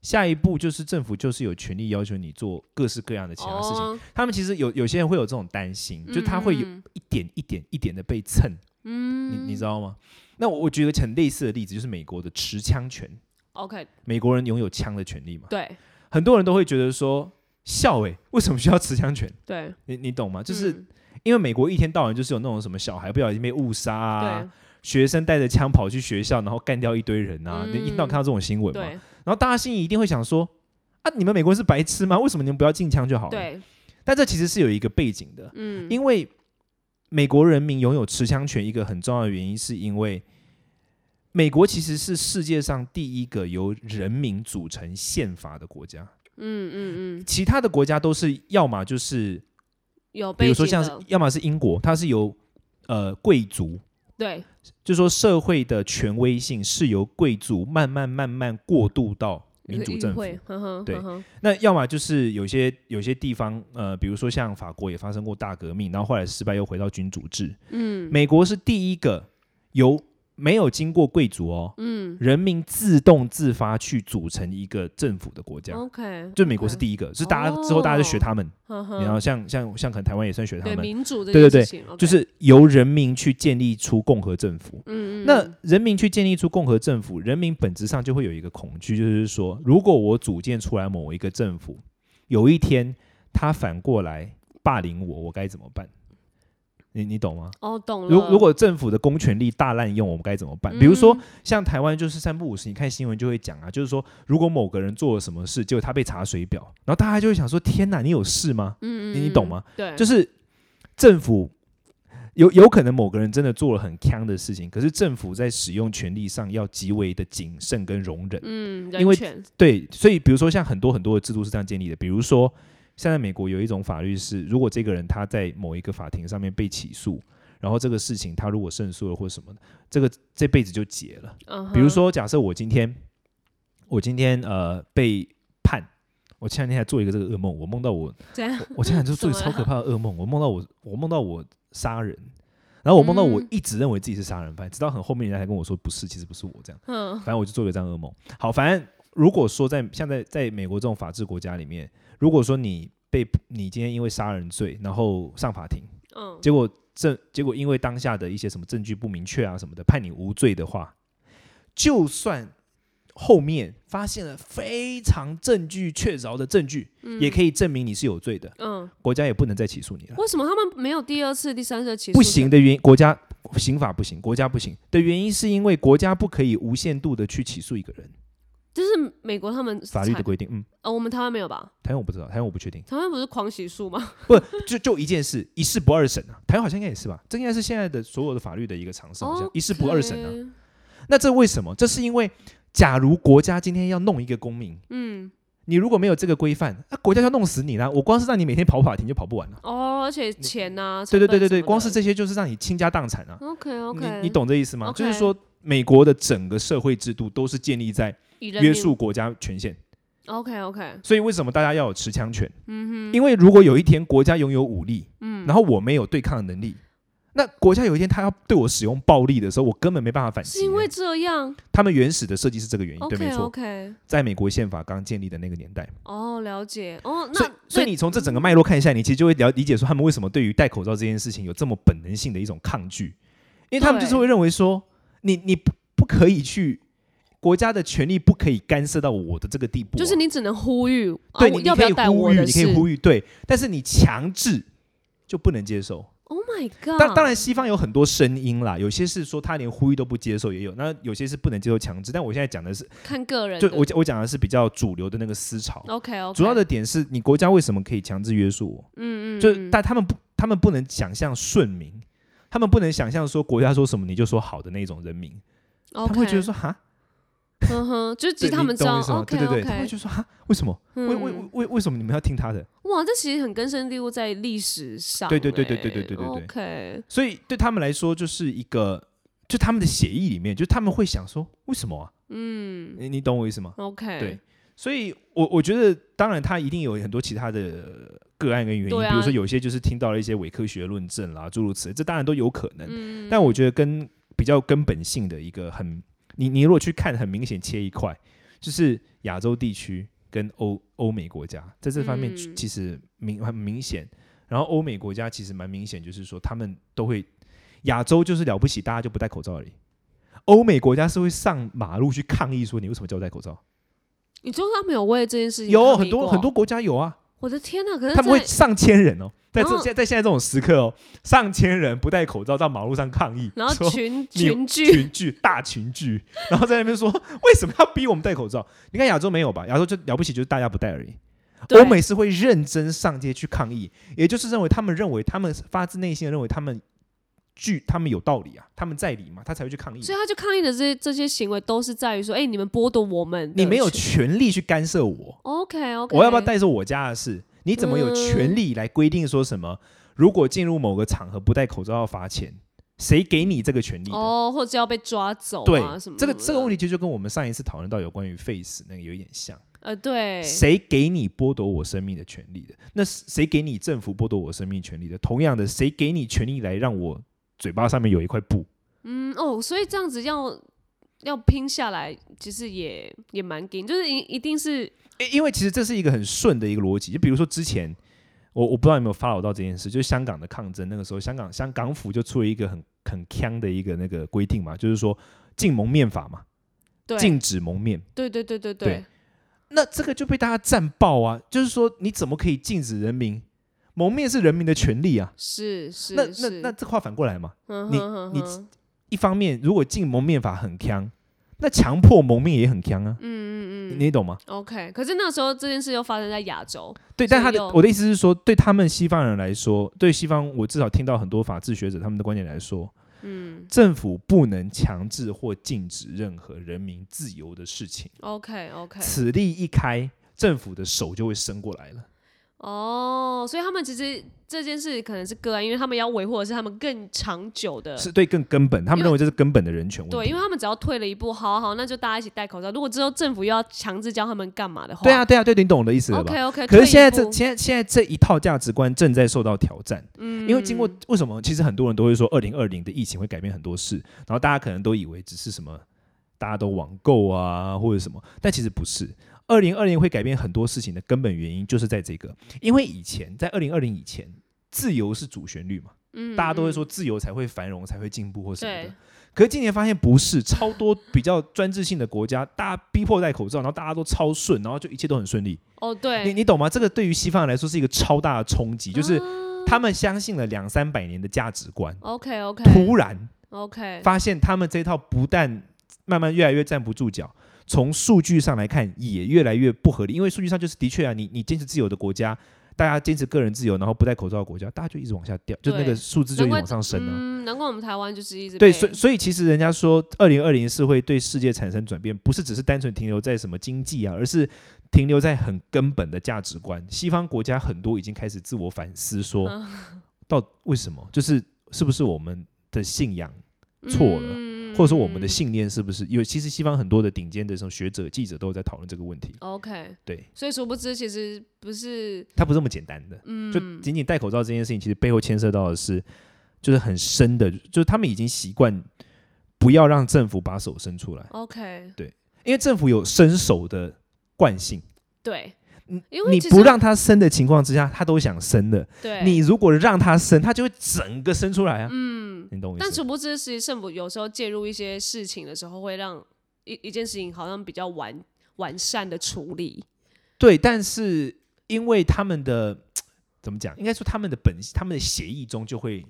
Speaker 1: 下一步就是政府就是有权利要求你做各式各样的其他事情。
Speaker 2: 哦
Speaker 1: 他们其实有有些人会有这种担心，就他会有
Speaker 2: 嗯
Speaker 1: 一点一点一点的被蹭，
Speaker 2: 嗯，
Speaker 1: 你你知道吗？那我我举个很类似的例子，就是美国的持枪权，
Speaker 2: OK，
Speaker 1: 美国人拥有枪的权利嘛，
Speaker 2: 对
Speaker 1: 很多人都会觉得说笑诶、为什么需要持枪 权？
Speaker 2: 对，
Speaker 1: 你你懂吗？就是
Speaker 2: 嗯
Speaker 1: 因为美国一天到晚就是有那种什么小孩不小心被误杀啊，
Speaker 2: 对
Speaker 1: 学生带着枪跑去学校，然后干掉一堆人啊，
Speaker 2: 嗯
Speaker 1: 你一天到晚看到这种新闻嘛，
Speaker 2: 对
Speaker 1: 然后大家心里一定会想说。啊！你们美国人是白痴吗？为什么你们不要禁枪就好了？
Speaker 2: 对，
Speaker 1: 但这其实是有一个背景的，
Speaker 2: 嗯，
Speaker 1: 因为美国人民拥有持枪权，一个很重要的原因是因为美国其实是世界上第一个由人民组成宪法的国家，
Speaker 2: 嗯嗯嗯，
Speaker 1: 其他的国家都是要么就是，
Speaker 2: 有
Speaker 1: 比
Speaker 2: 背景
Speaker 1: 如
Speaker 2: 的，
Speaker 1: 说像是要么是英国，它是由呃贵族，
Speaker 2: 对
Speaker 1: 就说社会的权威性是由贵族慢慢慢慢过渡到民主政府，
Speaker 2: 会，呵呵
Speaker 1: 对
Speaker 2: 呵呵
Speaker 1: 那要么就是有些有些地方，呃，比如说像法国也发生过大革命，然后后来失败又回到君主制。嗯，美国是第一个由没有经过贵族哦，嗯，人民自动自发去组成一个政府的国家。
Speaker 2: ，OK，
Speaker 1: 就美国是
Speaker 2: 哦 OK，
Speaker 1: 第一个，是大家、
Speaker 2: 哦
Speaker 1: 之后大家就学他们，
Speaker 2: 呵呵
Speaker 1: 然后像像像可能台湾也算学他
Speaker 2: 嗯对
Speaker 1: 们，
Speaker 2: 民主这
Speaker 1: 对对
Speaker 2: 件
Speaker 1: 对
Speaker 2: 事情，OK，
Speaker 1: 就是由人民去建立出共和政府。
Speaker 2: 嗯嗯，
Speaker 1: 那
Speaker 2: 嗯
Speaker 1: 人民去建立出共和政府，人民本质上就会有一个恐惧，就是说，如果我组建出来某一个政府，有一天他反过来霸凌我，我该怎么办？你你懂吗？
Speaker 2: 哦懂
Speaker 1: 如
Speaker 2: 了，
Speaker 1: 如果政府的公权力大滥用，我们该怎么办？
Speaker 2: 嗯
Speaker 1: 比如说，像台湾就是三不五时，你看新闻就会讲啊，就是说，如果某个人做了什么事，结果他被查水表，然后大家就会想说：天哪，你有事吗？
Speaker 2: 嗯，嗯
Speaker 1: 你你
Speaker 2: 嗯
Speaker 1: 懂吗？
Speaker 2: 对，
Speaker 1: 就是政府有有可能某个人真的做了很坑的事情，可是政府在使用权力上要极为的谨慎跟容忍。
Speaker 2: 嗯，
Speaker 1: 因
Speaker 2: 人
Speaker 1: 为
Speaker 2: 权，
Speaker 1: 对，所以比如说像很多很多的制度是这样建立的，比如说现在美国有一种法律是，如果这个人他在某一个法庭上面被起诉。然后这个事情，他如果胜诉了或什么的，这个这辈子就结了。
Speaker 2: 嗯，
Speaker 1: 比如，说，假设我今天，我今天呃被判，我前两天还做一个这个噩梦，我梦到我
Speaker 2: 这样，
Speaker 1: 我前两天
Speaker 2: 怎
Speaker 1: 做
Speaker 2: 么
Speaker 1: 了超可怕的噩梦，我梦到我，我梦到我杀人，然后我梦到我
Speaker 2: 嗯
Speaker 1: 一直认为自己是杀人犯，直到很后面人家才跟我说不是，其实不是我这样。
Speaker 2: 嗯
Speaker 1: 反正我就做了这样的噩梦。好，反正如果说在像在在美国这种法治国家里面，如果说你被你今天因为杀人罪然后上法庭，
Speaker 2: 嗯，
Speaker 1: 结果证结果因为当下的一些什么证据不明确啊什么的，判你无罪的话，就算后面发现了非常证据确凿的证据，也可以证明你是有罪的。
Speaker 2: 嗯，
Speaker 1: 国家也不能再起诉你了。
Speaker 2: 为什么他们没有第二次、第三次的起诉？
Speaker 1: 不行，的原因，国家刑法不行，国家不行的原因是因为国家不可以无限度的去起诉一个人，
Speaker 2: 就是美国他们
Speaker 1: 法律的
Speaker 2: 才
Speaker 1: 规定。嗯，
Speaker 2: 呃，我们台湾没有吧？
Speaker 1: 台湾我不知道，台湾我不确定。
Speaker 2: 台湾不是狂喜术吗？
Speaker 1: 不，就就一件事，一事不二审啊。台湾好像应该也是吧？这应该是现在的所有的法律的一个常识，好像一事不二审啊。
Speaker 2: 哦 OK，
Speaker 1: 那这为什么？这是因为，假如国家今天要弄一个公民，
Speaker 2: 嗯，
Speaker 1: 你如果没有这个规范，那国家就要弄死你啦。我光是让你每天跑法庭就跑不完了。
Speaker 2: 哦，而且钱呐，
Speaker 1: 对对对
Speaker 2: 成本
Speaker 1: 对对，
Speaker 2: 什么
Speaker 1: 光
Speaker 2: 的
Speaker 1: 是这些就是让你倾家荡产啊。
Speaker 2: OK OK，
Speaker 1: 你你懂这意思吗
Speaker 2: OK
Speaker 1: 就是说，美国的整个社会制度都是建立在约束国家权限，
Speaker 2: OK OK，
Speaker 1: 所以为什么大家要有持枪权？嗯哼，因为如果有一天国家拥有武力，嗯，然后我没有对抗能力，那国家有一天他要对我使用暴力的时候，我根本没办法反击。
Speaker 2: 是因为这样
Speaker 1: 他们原始的设计是这个原因对，没
Speaker 2: OK
Speaker 1: 错，
Speaker 2: OK，
Speaker 1: 在美国宪法刚建立的那个年代，
Speaker 2: 哦，了解哦，
Speaker 1: 所以
Speaker 2: 那
Speaker 1: 所以你从这整个脉络看一下，你其实就会了理解说他们为什么对于戴口罩这件事情有这么本能性的一种抗拒，因为他们就是会认为说，你你不不可以去国家的权利不可以干涉到我的这个地步啊、
Speaker 2: 就是你只能呼吁，啊
Speaker 1: 对、
Speaker 2: 我
Speaker 1: 你
Speaker 2: 要不要
Speaker 1: 你可
Speaker 2: 戴
Speaker 1: 以呼
Speaker 2: 我
Speaker 1: 吁，
Speaker 2: 的
Speaker 1: 你可
Speaker 2: 事
Speaker 1: 以呼吁对，但是你强制就不能接受。
Speaker 2: ？Oh my god！
Speaker 1: 当当然，西方有很多声音啦，有些是说他连呼吁都不接受，也有那有些是不能接受强制。但我现在讲的是，
Speaker 2: 看个人
Speaker 1: 就
Speaker 2: 的，
Speaker 1: 我讲我讲的是比较主流的那个思潮。
Speaker 2: OK OK，
Speaker 1: 主要的点是你国家为什么可以强制约束我？
Speaker 2: 嗯嗯，
Speaker 1: 就是
Speaker 2: 嗯
Speaker 1: 但他们不，他们不能想象顺民，他们不能想象说国家说什么你就说好的那种人民，他
Speaker 2: 嗯 OK，
Speaker 1: 们会觉得说哈，
Speaker 2: 呵呵，就是其
Speaker 1: 对
Speaker 2: 实他
Speaker 1: 你
Speaker 2: 们知
Speaker 1: 懂我
Speaker 2: 道
Speaker 1: 意思吗
Speaker 2: ，OK
Speaker 1: 对对对，他们会
Speaker 2: OK，嗯
Speaker 1: 觉得说哈，为什么？为为为为为什么你们要听他的？
Speaker 2: 哇，这其实很根深蒂固在历史上
Speaker 1: 对
Speaker 2: 欸，
Speaker 1: 对对对对对对对对
Speaker 2: OK，
Speaker 1: 所以对他们来说，就是一个，就他们的协议里面，就他们会想说，为什么啊？
Speaker 2: 嗯
Speaker 1: 你你懂我意思吗？
Speaker 2: ，OK，
Speaker 1: 对所以我我觉得，当然他一定有很多其他的个案跟原因，
Speaker 2: 对啊
Speaker 1: 比如说有些就是听到了一些伪科学论证啦，诸如此类，这当然都有可
Speaker 2: 嗯
Speaker 1: 能。但我觉得跟比较根本性的一个很，你你如果去看，很明显切一块，就是亚洲地区跟欧欧美国家在这方面
Speaker 2: 嗯
Speaker 1: 其实明很明显，然后欧美国家其实蛮明显，就是说他们都会亚洲就是了不起，大家就不戴口罩而已。欧美国家是会上马路去抗议说你为什么叫我戴口罩？
Speaker 2: 你知道他们有为这件事情
Speaker 1: 有
Speaker 2: 嗯抗
Speaker 1: 很
Speaker 2: 议
Speaker 1: 多
Speaker 2: 过
Speaker 1: 很多，国家有啊，
Speaker 2: 我的天呐！可是
Speaker 1: 他们会
Speaker 2: 在
Speaker 1: 上千人哦，在
Speaker 2: 然
Speaker 1: 这
Speaker 2: 后
Speaker 1: 在在现在这种时刻哦，上千人不戴口罩到马路上抗议，
Speaker 2: 然后
Speaker 1: 说
Speaker 2: 群
Speaker 1: 你
Speaker 2: 群聚，
Speaker 1: 群聚大群聚，然后在那边说为什么要逼我们戴口罩？你看亚洲没有吧？亚洲就了不起就是大家不戴而已。
Speaker 2: 对
Speaker 1: 欧美是会认真上街去抗议，也就是认为他们认为他们发自内心的认为他们据他们有道理啊，他们在理嘛，他才会去抗议。
Speaker 2: 所以他就抗议的这些这些行为都是在于说，哎，你们剥夺我们的权，
Speaker 1: 你没有权利去干涉我，
Speaker 2: OK OK，嗯
Speaker 1: 我要不要带是我家的事，你怎么有权利来规定说什么？如果进入某个场合不戴口罩要罚钱，谁给你这个权利的？
Speaker 2: 哦，或者要被抓走
Speaker 1: 对
Speaker 2: 啊什么，
Speaker 1: 这个
Speaker 2: 什么
Speaker 1: 这个
Speaker 2: 的
Speaker 1: 问题其实就跟我们上一次讨论到有关于 face 那个有一点像，
Speaker 2: 呃，对，
Speaker 1: 谁给你剥夺我生命的权利的？那谁给你政府剥夺我生命权利的？同样的，谁给你权利来让我嘴巴上面有一块布？
Speaker 2: 嗯哦，所以这样子要要拼下来，其实也也蛮紧，就是一一定是
Speaker 1: 因因为其实这是一个很顺的一个逻辑，就比如说之前我我不知道有没有 follow 到这件事，就是香港的抗争，那个时候香港香港府就出了一个很很强的一个那个规定嘛，就是说禁蒙面法嘛，
Speaker 2: 对
Speaker 1: 禁止蒙面。
Speaker 2: 对对对对
Speaker 1: 对那这个就被大家战爆啊，就是说你怎么可以禁止人民蒙面是人民的权利啊？
Speaker 2: 是是
Speaker 1: 那那
Speaker 2: 是，
Speaker 1: 那这话反过来嘛，
Speaker 2: 嗯
Speaker 1: 你
Speaker 2: 哼哼
Speaker 1: 你
Speaker 2: 哼
Speaker 1: 一方面如果禁蒙面法很强，那强迫蒙面也很强啊，
Speaker 2: 嗯嗯嗯
Speaker 1: 你懂吗？
Speaker 2: ，OK，可是那时候这件事又发生在亚洲，
Speaker 1: 对，
Speaker 2: 所
Speaker 1: 但
Speaker 2: 以
Speaker 1: 他的
Speaker 2: 又
Speaker 1: 我的意思是说，对他们西方人来说，对西方，我至少听到很多法治学者他们的观点来说，
Speaker 2: 嗯
Speaker 1: 政府不能强制或禁止任何人民自由的事情。
Speaker 2: ，OK OK，
Speaker 1: 此例一开，政府的手就会伸过来了。
Speaker 2: 哦，所以他们其实这件事可能是个案，因为他们要维护的是他们更长久的。
Speaker 1: 是对更根本，他们
Speaker 2: 因为
Speaker 1: 认为这是根本的人权问
Speaker 2: 对，因
Speaker 1: 题。
Speaker 2: 为他们只要退了一步，好啊好啊，那就大家一起戴口罩。如果之后政府又要强制教他们干嘛的话，
Speaker 1: 对啊，对啊，对，你懂我的意思了吧？
Speaker 2: ，OK OK。
Speaker 1: 可是现在这现在现在这一套价值观正在受到挑战，
Speaker 2: 嗯
Speaker 1: 因为经过为什么？其实很多人都会说，二零二零的疫情会改变很多事，然后大家可能都以为只是什么大家都网购啊或者什么，但其实不是。二零二零会改变很多事情的根本原因就是在这个，因为以前在二零二零以前，自由是主旋律嘛，
Speaker 2: 嗯
Speaker 1: 大家都会
Speaker 2: 嗯
Speaker 1: 说自由才会繁荣，才会进步或什么
Speaker 2: 对
Speaker 1: 的。可是今年发现不是，超多比较专制性的国家，大家逼迫戴口罩，然后大家都超顺，然后就一切都很顺利。
Speaker 2: 哦，
Speaker 1: 你
Speaker 2: 对，
Speaker 1: 你懂吗？这个对于西方人来说是一个超大的冲击，就是
Speaker 2: 啊
Speaker 1: 他们相信了两三百年的价值观，
Speaker 2: OK OK
Speaker 1: 突然
Speaker 2: OK
Speaker 1: 发现他们这套不但慢慢越来越站不住脚，从数据上来看也越来越不合理。因为数据上就是的确啊，你你坚持自由的国家，大家坚持个人自由，然后不戴口罩的国家，大家就一直往下掉，就那
Speaker 2: 对
Speaker 1: 个数字就一直
Speaker 2: 难怪
Speaker 1: 往上升啊。
Speaker 2: 嗯，难怪我们台湾就是一直
Speaker 1: 对，
Speaker 2: 被
Speaker 1: 所以所以其实人家说，二零二零是会对世界产生转变，不是只是单纯停留在什么经济啊，而是停留在很根本的价值观。西方国家很多已经开始自我反思说，
Speaker 2: 嗯
Speaker 1: 到为什么就是是不是我们的信仰错了，
Speaker 2: 嗯
Speaker 1: 或者说我们的信念是不是有？其实西方很多的顶尖的这种学者、记者都有在讨论这个问题。
Speaker 2: 嗯 OK，
Speaker 1: 对，
Speaker 2: 所以殊不知其实不是
Speaker 1: 它不是这么简单的。
Speaker 2: 嗯，
Speaker 1: 就仅仅戴口罩这件事情，其实背后牵涉到的是，就是很深的，就是他们已经习惯不要让政府把手伸出来，
Speaker 2: OK
Speaker 1: 因为政府有伸手的惯性。
Speaker 2: 对，
Speaker 1: 嗯
Speaker 2: 因为
Speaker 1: 你
Speaker 2: 其实
Speaker 1: 不让他伸的情况之下，他都想伸的。
Speaker 2: 对
Speaker 1: 你如果让他伸，他就会整个伸出来啊。
Speaker 2: 嗯，
Speaker 1: 你懂我意
Speaker 2: 但
Speaker 1: 思吗？
Speaker 2: 殊不知其实政府有时候介入一些事情的时候，会让一一件事情好像比较完完善的处理。
Speaker 1: 对，但是因为他们的怎么讲，应该说他们的本他们的协议中就会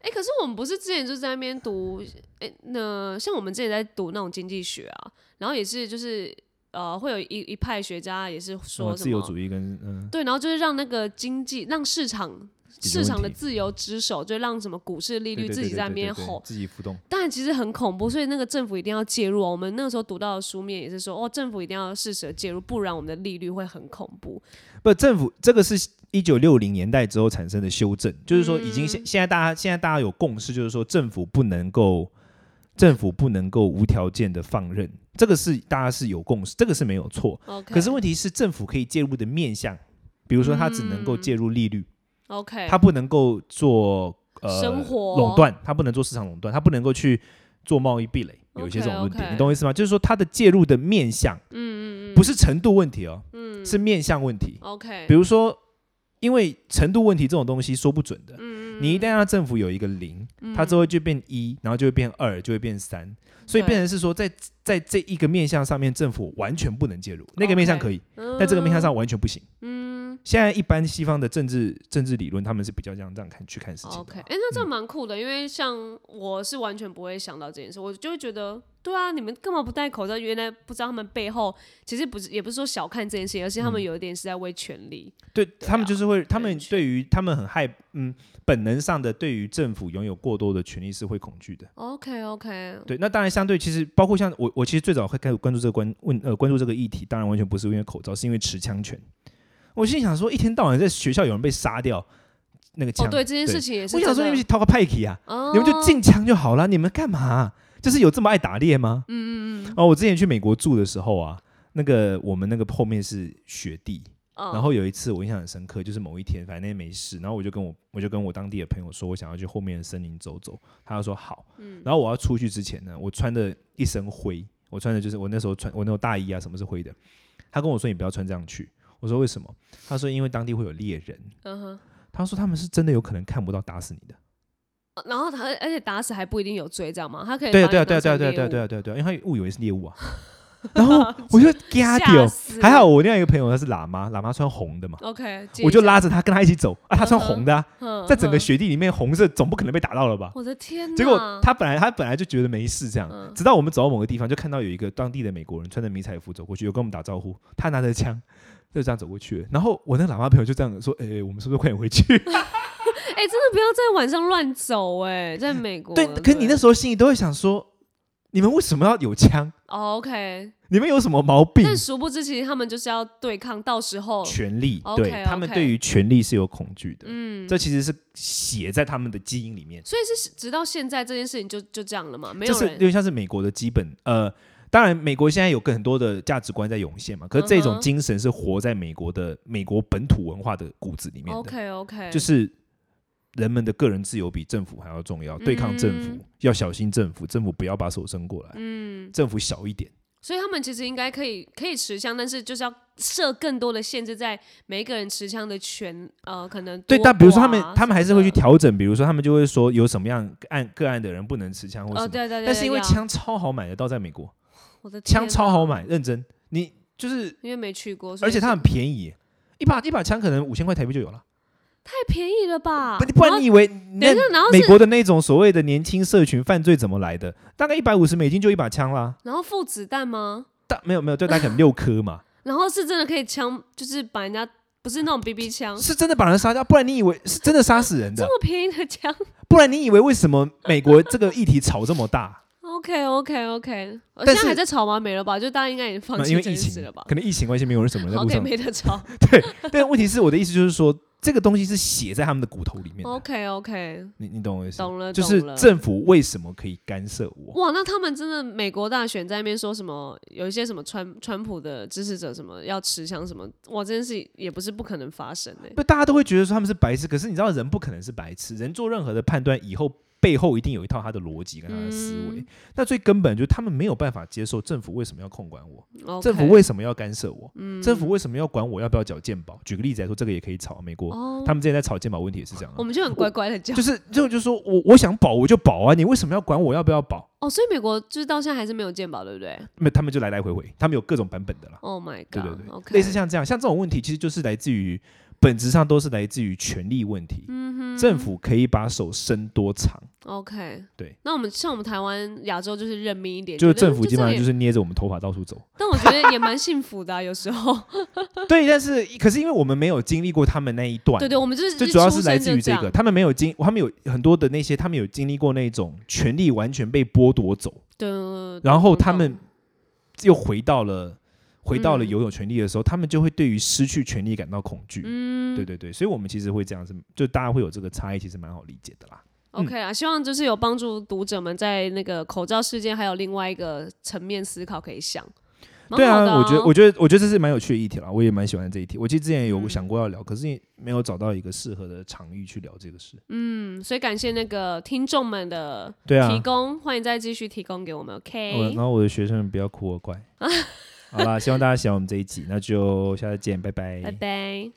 Speaker 2: 哎、可是我们不是之前就在那边读，哎、那像我们之前在读那种经济学啊，然后也是就是呃，会有一一派学家也是
Speaker 1: 什么
Speaker 2: 说什
Speaker 1: 哦自由
Speaker 2: 么，
Speaker 1: 主义跟嗯
Speaker 2: 对，然后就是让那个经济让市场
Speaker 1: 解决
Speaker 2: 市场的
Speaker 1: 问题
Speaker 2: 自由之手，就让什么股市利
Speaker 1: 利
Speaker 2: 率自己在那边吼，
Speaker 1: 自己浮动。
Speaker 2: 但其实很恐怖，所以那个政府一定要介入哦。我们那个时候读到的书面也是说，哦，政府一定要适时地介入，不然我们的利率会很恐怖。
Speaker 1: 不，政府这个是一九六零年代之后产生的修正，就是说已经现现在大家现在大家有共识，就是说政府不能够政府不能够无条件的放任，这个是大家是有共识，这个是没有错。
Speaker 2: OK，
Speaker 1: 可是问题是政府可以介入的面向，比如说它只能够介入利率，
Speaker 2: OK，
Speaker 1: 它不能够做呃
Speaker 2: 生活
Speaker 1: 垄断，它不能做市场垄断，它不能够去做贸易壁垒，有一些这种论点
Speaker 2: OK，OK
Speaker 1: 你懂我意思吗？就是说他的介入的面向，嗯嗯嗯，不是程度问题哦，嗯，是面向问题。
Speaker 2: OK，
Speaker 1: 比如说，因为程度问题这种东西说不准的，你一旦让政府有一个零，它之后就变一，然后就会变二，就会变三，所以
Speaker 2: 对
Speaker 1: 变成是说在在这一个面向上面，政府完全不能介入，那个面向
Speaker 2: OK
Speaker 1: 可以，
Speaker 2: 嗯
Speaker 1: 但这个面向上完全不行。嗯，现在一般西方的政治政治理论，他们是比较这样这样看去看事情
Speaker 2: OK，
Speaker 1: 的
Speaker 2: 哎、
Speaker 1: 嘛。
Speaker 2: 那这蛮酷的，因为像我是完全不会想到这件事，我就会觉得，对啊，你们干嘛不戴口罩？原来不知道他们背后其实不是，也不是说小看这件事情，而
Speaker 1: 嗯
Speaker 2: 是他们有一点是在为权力。
Speaker 1: 对他们
Speaker 2: 啊
Speaker 1: 就是会，他
Speaker 2: 完
Speaker 1: 们
Speaker 2: 全
Speaker 1: 对于他们很害，嗯，本能上的对于政府拥有过多的权利是会恐惧的。
Speaker 2: OK OK，
Speaker 1: 对，那当然相对其实包括像我，我其实最早会开始关注这个关问呃关注这个议题，当然完全不是因为口罩，是因为持枪权。我心里想说，一天到晚在学校有人被杀掉，那个枪，
Speaker 2: 哦，对，这件事情也是
Speaker 1: 我
Speaker 2: 真
Speaker 1: 想
Speaker 2: 的。
Speaker 1: 说你们去掏个派系啊，
Speaker 2: 哦
Speaker 1: 你们就禁枪就好了，你们干嘛啊、就是有这么爱打猎吗？嗯嗯嗯。哦，我之前去美国住的时候啊，那个我们那个后面是雪地，
Speaker 2: 嗯
Speaker 1: 然后有一次我印象很深刻，就是某一天，反正那天没事，然后我就跟我我就跟我当地的朋友说，我想要去后面的森林走走，他就说好。然后我要出去之前呢，我穿的一身灰，我穿的就是我那时候穿我那种大衣啊，什么是灰的。他跟我说你不要穿这样去，我说为什么？他说因为当地会有猎人，
Speaker 2: 嗯哼，
Speaker 1: 他说他们是真的有可能看不到打死你的。
Speaker 2: 然后他而且打死还不一定有罪，这样吗？他可以
Speaker 1: 对啊
Speaker 2: 把
Speaker 1: 对啊
Speaker 2: 你
Speaker 1: 对啊
Speaker 2: 当
Speaker 1: 对啊
Speaker 2: 成
Speaker 1: 对啊对
Speaker 2: 猎
Speaker 1: 啊对啊
Speaker 2: 物
Speaker 1: 对啊对啊，因为他误以为是猎物啊。然后我就给他
Speaker 2: 吓
Speaker 1: 丢，
Speaker 2: 死
Speaker 1: 还好我另外一个朋友他是喇嘛，喇嘛穿红的嘛，
Speaker 2: OK，
Speaker 1: 我就拉着他跟他一起走啊，他穿红的啊，
Speaker 2: 嗯哼
Speaker 1: 在整个
Speaker 2: 哼
Speaker 1: 雪地里面，红色总不可能被打到了吧？
Speaker 2: 我的天呐，
Speaker 1: 结果他本来他本来就觉得没事这样，
Speaker 2: 嗯
Speaker 1: 直到我们走到某个地方，就看到有一个当地的美国人穿着迷彩服走过去，有跟我们打招呼，他拿着枪就这样走过去了。然后我那个喇嘛朋友就这样说：“哎、我们是不是快点回去
Speaker 2: 哎、真的不要在晚上乱走哎、在美？” 国
Speaker 1: 对，可是你那时候心里都会想说，你们为什么要有枪？
Speaker 2: 哦 OK，
Speaker 1: 你们有什么毛病？
Speaker 2: 但殊不知其实他们就是要对抗，到时候
Speaker 1: 权力，
Speaker 2: OK，
Speaker 1: 对他们
Speaker 2: OK
Speaker 1: 对于权力是有恐惧的，
Speaker 2: 嗯，
Speaker 1: 这其实是写在他们的基因里面。
Speaker 2: 所以是直到现在这件事情就就这样了嘛，没
Speaker 1: 这
Speaker 2: 有
Speaker 1: 是有
Speaker 2: 人
Speaker 1: 点像是美国的基本呃，当然美国现在有更很多的价值观在涌现嘛，可是这
Speaker 2: 嗯
Speaker 1: 种
Speaker 2: 哼
Speaker 1: 精神是活在美国的美国本土文化的骨子里面的
Speaker 2: OK OK，
Speaker 1: 就是人们的个人自由比政府还要重要，对抗政府、
Speaker 2: 嗯
Speaker 1: 要小心政府，政府不要把手伸过来，
Speaker 2: 嗯，
Speaker 1: 政府小一点。
Speaker 2: 所以他们其实应该可以可以持枪，但是就是要设更多的限制在每一个人持枪的权呃可能
Speaker 1: 对，
Speaker 2: 多
Speaker 1: 但比如说他
Speaker 2: 寡
Speaker 1: 们
Speaker 2: 啊，
Speaker 1: 他们还是会去
Speaker 2: 什么
Speaker 1: 调整，比如说他们就会说有什么样按个案的人不能持枪或
Speaker 2: 的
Speaker 1: 什
Speaker 2: 哦
Speaker 1: 么，
Speaker 2: 对对对，
Speaker 1: 但是因为
Speaker 2: 要，
Speaker 1: 枪超好买的，到在美国
Speaker 2: 我的天
Speaker 1: 枪
Speaker 2: 呐
Speaker 1: 超好买，认真，你就是
Speaker 2: 因为没去过，所
Speaker 1: 而
Speaker 2: 以
Speaker 1: 且它
Speaker 2: 是
Speaker 1: 很便宜，一把一把枪可能五千块台币就有了。
Speaker 2: 太便宜了吧？
Speaker 1: 不不然你以为那
Speaker 2: 啊然后等一下，然后
Speaker 1: 美
Speaker 2: 是
Speaker 1: 国的那种所谓的年轻社群犯罪怎么来的？大概一百五十美金就一把枪啦，
Speaker 2: 然后附子弹吗？
Speaker 1: 大没有没有，就大概可能六颗 嘛，
Speaker 2: 然后是真的可以枪，就是把人家不是那种 BB 枪，
Speaker 1: 是真的把人杀掉，不然你以为是真的杀死人
Speaker 2: 嗯这
Speaker 1: 的？
Speaker 2: 么便宜的枪。
Speaker 1: 不然你以为为什么美国这个议题吵这么大？
Speaker 2: OK OK OK，我
Speaker 1: 但
Speaker 2: 现在还
Speaker 1: 是
Speaker 2: 在吵吗？没了吧？就大家应该已经放
Speaker 1: 那
Speaker 2: 弃
Speaker 1: 因为
Speaker 2: 这
Speaker 1: 疫
Speaker 2: 件事
Speaker 1: 情
Speaker 2: 了吧，
Speaker 1: 可能疫情关系没有人什么人在路
Speaker 2: ？OK，
Speaker 1: 上。
Speaker 2: 没得 吵。
Speaker 1: 但问题是我的意思就是说，这个东西是写在他们的骨头里面的
Speaker 2: OK OK，
Speaker 1: 你你懂我意思吗？
Speaker 2: 哦懂了，
Speaker 1: 就是
Speaker 2: 懂了
Speaker 1: 政府为什么可以干涉我？
Speaker 2: 哇，那他们真的美国大选在那边说什么？有一些什么川川普的支持者什么要持枪什么？哇，这件事也不是不可能发生欸的、
Speaker 1: 不，大家都会觉得说他们是白痴，可是你知道人不可能是白痴，人做任何的判断以后背后一定有一套他的逻辑跟他的思维。
Speaker 2: 嗯
Speaker 1: 那最根本就是他们没有办法接受政府为什么要控管我，
Speaker 2: OK，
Speaker 1: 政府为什么要干涉我，
Speaker 2: 嗯
Speaker 1: 政府为什么要管我要不要缴健保？举个例子来说，这个也可以吵，美国、
Speaker 2: 哦，
Speaker 1: 他们之前在吵健保问题也是这样、
Speaker 2: 我
Speaker 1: 啊。
Speaker 2: 们就很乖乖的 叫
Speaker 1: 就是这种，就是说我我想保我就保啊，你为什么要管我要不要保？
Speaker 2: 哦，所以美国就是到现在还是没有健保，对不对
Speaker 1: 那他们就来来回回，他们有各种版本的啦。
Speaker 2: ？Oh my god，
Speaker 1: 对对对
Speaker 2: o k
Speaker 1: 类似像这样，像这种问题其实就是来自于本质上都是来自于权力问题。
Speaker 2: 嗯
Speaker 1: 政府可以把手伸多长，
Speaker 2: OK，
Speaker 1: 对。
Speaker 2: 那我们像我们台湾亚洲就是认命一点，
Speaker 1: 就是
Speaker 2: 觉得
Speaker 1: 政府基本上
Speaker 2: 这
Speaker 1: 就
Speaker 2: 样
Speaker 1: 是
Speaker 2: 也，
Speaker 1: 捏着我们头发到处走。
Speaker 2: 但我觉得也蛮幸福的啊、有时候。
Speaker 1: 对，但是可是因为我们没有经历过他们那一段，
Speaker 2: 对对，我们就是
Speaker 1: 就
Speaker 2: 一
Speaker 1: 主要
Speaker 2: 出
Speaker 1: 是来
Speaker 2: 生
Speaker 1: 自
Speaker 2: 就
Speaker 1: 于这
Speaker 2: 样
Speaker 1: 个，他们没有经，他们有很多的那些，他们有经历过那种权力完全被剥夺走，
Speaker 2: 对，
Speaker 1: 然后
Speaker 2: 懂
Speaker 1: 他们
Speaker 2: 懂
Speaker 1: 又回到了。回到了
Speaker 2: 嗯
Speaker 1: 拥有权利的时候，他们就会对于失去权利感到恐惧。
Speaker 2: 嗯，
Speaker 1: 对对对，所以我们其实会这样子，就大家会有这个差异，其实蛮好理解的啦。
Speaker 2: OK 啊，希望就是有帮助读者们在那个口罩事件还有另外一个层面思考可以想。蛮
Speaker 1: 对
Speaker 2: 好的哦
Speaker 1: 啊，我觉得，我
Speaker 2: 觉
Speaker 1: 觉得，我觉得这是蛮有趣的议题啦，我也蛮喜欢这一题。我其实之前
Speaker 2: 嗯
Speaker 1: 有想过要聊，可是没有找到一个适合的场域去聊这个事。
Speaker 2: 嗯，所以感谢那个听众们的
Speaker 1: 对啊，哦
Speaker 2: 提供，欢迎再继续提供给我们
Speaker 1: 我
Speaker 2: ，OK？
Speaker 1: 然后我的学生们不 要哭我怪。好啦，希望大家喜欢我们这一集，那就下次见，拜
Speaker 2: 拜拜。